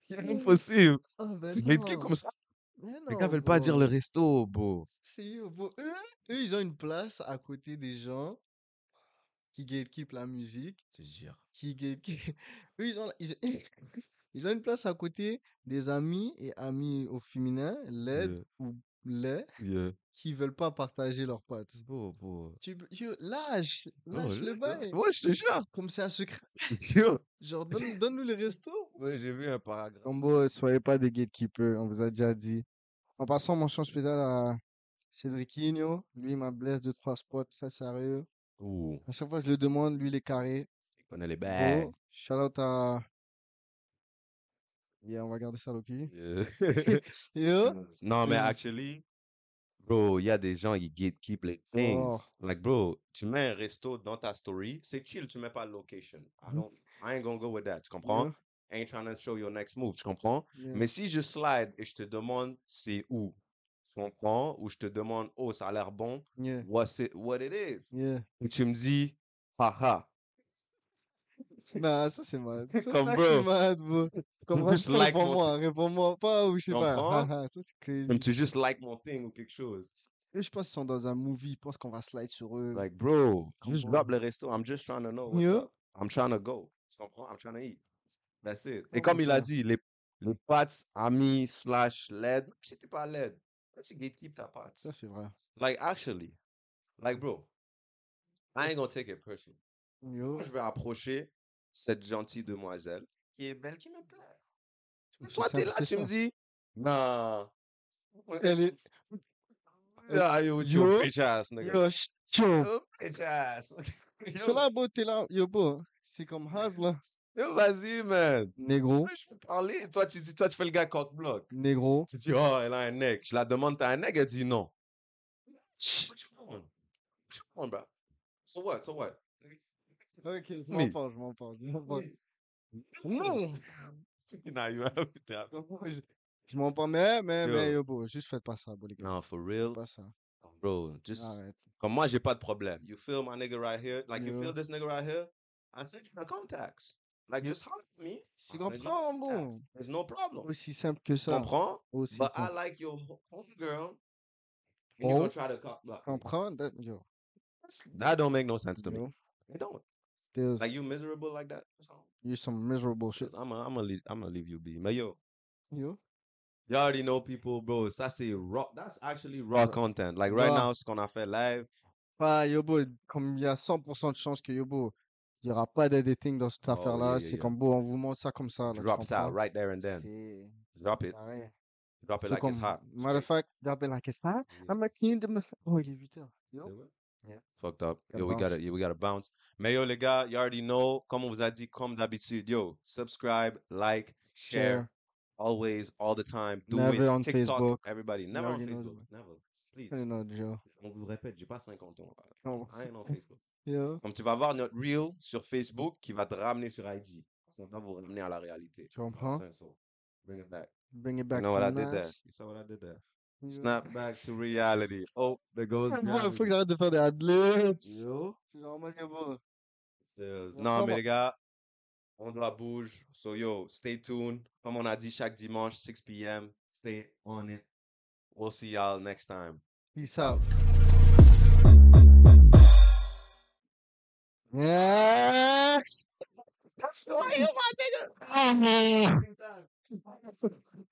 S1: C'est impossible.
S2: Oh, ben
S1: Tu les cliques comme ça.
S2: Mais
S1: Les gars
S2: non,
S1: veulent pas dire
S2: bro.
S1: le resto, bro.
S2: C'est yo, bro. Eux, eux, ils ont une place à côté des gens qui gatekeep la musique.
S1: Je te jure.
S2: qui, qui- qui- eux, ils ont, ils, ils ont une place à côté des amis et amis au féminin, LED
S1: Yeah.
S2: ou les,
S1: Yeah.
S2: qui veulent pas partager leurs pattes.
S1: Bro, bro.
S2: Tu, peux- yo, lâche,
S1: Oh,
S2: lâche le
S1: là, là.
S2: bail.
S1: Ouais, je te jure.
S2: Comme c'est un secret.
S1: Yo.
S2: Genre, donne, donne-nous les restos.
S1: Ouais, j'ai vu un paragraphe.
S2: Combo, soyez pas des gatekeepers, on vous a déjà dit. En passant, mention spéciale à Cédricinho. Lui, il m'a blessé de trois spots, très sérieux.
S1: Ouh,
S2: À chaque fois, je le demande, lui, il est carré.
S1: il connaît les bags.
S2: Gros, shout out à. Yeah, on va garder ça, Loki.
S1: Yeah.
S2: Yo,
S1: Euh, non, mais
S2: Euh,
S1: actually, bro, il y a des gens qui gatekeep les things.
S2: Fort.
S1: Like, bro, tu mets un resto dans ta story, c'est chill, tu mets pas location. I,
S2: Mhm.
S1: don't, I ain't gonna go with that, tu comprends?
S2: yo,
S1: ain't trying to show your next move, tu comprends?
S2: Yeah.
S1: Mais si je slide et je te demande c'est où, tu comprends? Ou je te demande, oh, ça a l'air bon,
S2: Yeah.
S1: what's it, what it is?
S2: Yeah.
S1: Et tu me dis, haha,
S2: Nah, ça c'est malade. Ça,
S1: Comme
S2: ça,
S1: bro.
S2: c'est malade, bro. Comme
S1: Just
S2: réponds-
S1: like mon-
S2: réponds-moi, réponds-moi pas ou je sais pas.
S1: Comprends?
S2: Haha, ça c'est crazy.
S1: comme tu juste like mon thing ou quelque chose.
S2: Eux, je pense qu'ils sont dans un movie, ils pensent qu'on va slide sur eux.
S1: Like, bro, just
S2: Comprends.
S1: drop le resto. I'm just trying to know what's
S2: Yeah.
S1: up. I'm trying to go. Tu comprends? I'm trying to eat. That's it. Et
S2: Comprends
S1: comme il a
S2: ça.
S1: dit, les, les pâtes amis slash LED, même si t'es pas LED, même si gatekeep ta pâte.
S2: Ça c'est vrai.
S1: Like, actually, like, bro, I
S2: Yes.
S1: ain't gonna take it personal.
S2: Yo.
S1: Moi, je vais approcher cette gentille demoiselle qui est belle, qui me plaît. Mais
S2: C'est
S1: toi, t'es
S2: simple
S1: là,
S2: que
S1: tu me
S2: ça.
S1: dis, non.
S2: Elle est.
S1: Ah, yo, yo,
S2: Yo.
S1: bitch ass, nigga.
S2: Yo, sh- yo.
S1: Yo, bitch ass.
S2: Ils
S1: Yo.
S2: sont là, bro, t'es là. Yo, bro. C'est comme Haz, là.
S1: Yo, vas-y, man.
S2: Négro.
S1: Moi, Je peux parler. Toi, tu dis, toi, tu fais le gars cock-block.
S2: Négro.
S1: Tu dis, oh, elle a un nec. Je la demande, t'as un nec? Elle dit non. What you want? What you want, bro? So what? So what?
S2: Ok, je
S1: Mais-
S2: m'en parle, je m'en parle. Je m'en parle. Non!
S1: Nah, you have to have-
S2: Je m'en parle, mais, mais, mais,
S1: Yo.
S2: yo, bro. Juste faites pas ça, bro, les gars.
S1: Non, for real.
S2: Faites Pas ça.
S1: Bro, just.
S2: Arrête.
S1: Comme moi, j'ai pas de problème. You feel my nigga right here? Like, you
S2: Yo.
S1: feel this nigga right here? I send you the contacts. Like,
S2: Yo.
S1: just holler at me.
S2: C'est
S1: I'll send you the
S2: comprends,
S1: contacts.
S2: bro.
S1: There's no problem.
S2: Aussi simple que
S1: Tu
S2: ça.
S1: Ah, comprends? Bah,
S2: Aussi
S1: But I
S2: simple.
S1: like your homegirl. And you're
S2: Oh.
S1: gonna try to cock block. me.
S2: Comprends? that- Yo.
S1: That don't make no sense to me.
S2: Yo.
S1: It don't.
S2: There's,
S1: Like you miserable like that.
S2: you some miserable shit.
S1: I'm gonna I'm gonna leave, I'm gonna leave you be. But yo,
S2: Yo.
S1: you already know people, bro. Ça c'est raw. That's actually raw
S2: Ra-
S1: content. Like right
S2: raw.
S1: now, ce qu'on a fait live.
S2: Pas, yo, bro. Comme il y a 100% de chances que, yo, bro, il y aura pas d'editing dans cette
S1: Oh,
S2: affaire-là.
S1: yeah, yeah,
S2: c'est
S1: yeah.
S2: comme, bro, on vous montre ça comme ça, là. tu
S1: Drop ça
S2: comprends?
S1: right there and then.
S2: C'est.
S1: Drop it.
S2: Ah ouais.
S1: Drop it
S2: C'est
S1: like
S2: comme,
S1: it's hot.
S2: matter of
S1: Straight.
S2: fact, drop it like it's hot.
S1: Yeah.
S2: I'm a king of my- Oh, il est 8 heures.
S1: C'est
S2: Yo.
S1: vrai?
S2: Yeah.
S1: Fucked up.
S2: Gotta
S1: Yo, we
S2: bounce.
S1: gotta, yeah, we gotta bounce. Mais yo, les gars, you already know. Comme on vous a dit, comme d'habitude, yo, subscribe, like, share.
S2: Share.
S1: always, all the time. Do
S2: Never
S1: it.
S2: on
S1: TikTok,
S2: Facebook.
S1: everybody. Never on
S2: already know the
S1: Facebook.
S2: way.
S1: Never. Please.
S2: You know, Joe.
S1: On vous répète, j'ai pas 50 ans. euh,
S2: Oh,
S1: I ain't on Facebook.
S2: Yo.
S1: Comme tu vas voir notre reel sur Facebook qui va te ramener sur IG. Ça va vous ramener à la réalité.
S2: Tu comprends?
S1: That's it, so Bring it back.
S2: Bring it
S1: You
S2: back
S1: know what I
S2: to
S1: did there?
S2: nice.
S1: You saw what I did there?
S2: Yo.
S1: Snap back to reality. Oh, there goes
S2: Moi, faut
S1: gravity.
S2: que j'arrête de faire des adlibs.
S1: Yo.
S2: C'est normal que bon.
S1: Serious.
S2: Yo,
S1: euh, Non,
S2: come
S1: mais
S2: on.
S1: les gars, on la bouge. So yo, stay tuned. Comme on a dit chaque dimanche, 6 p.m. Stay on it. We'll see y'all next time.
S2: Peace out. Yeah.
S1: That's the way, my nigga.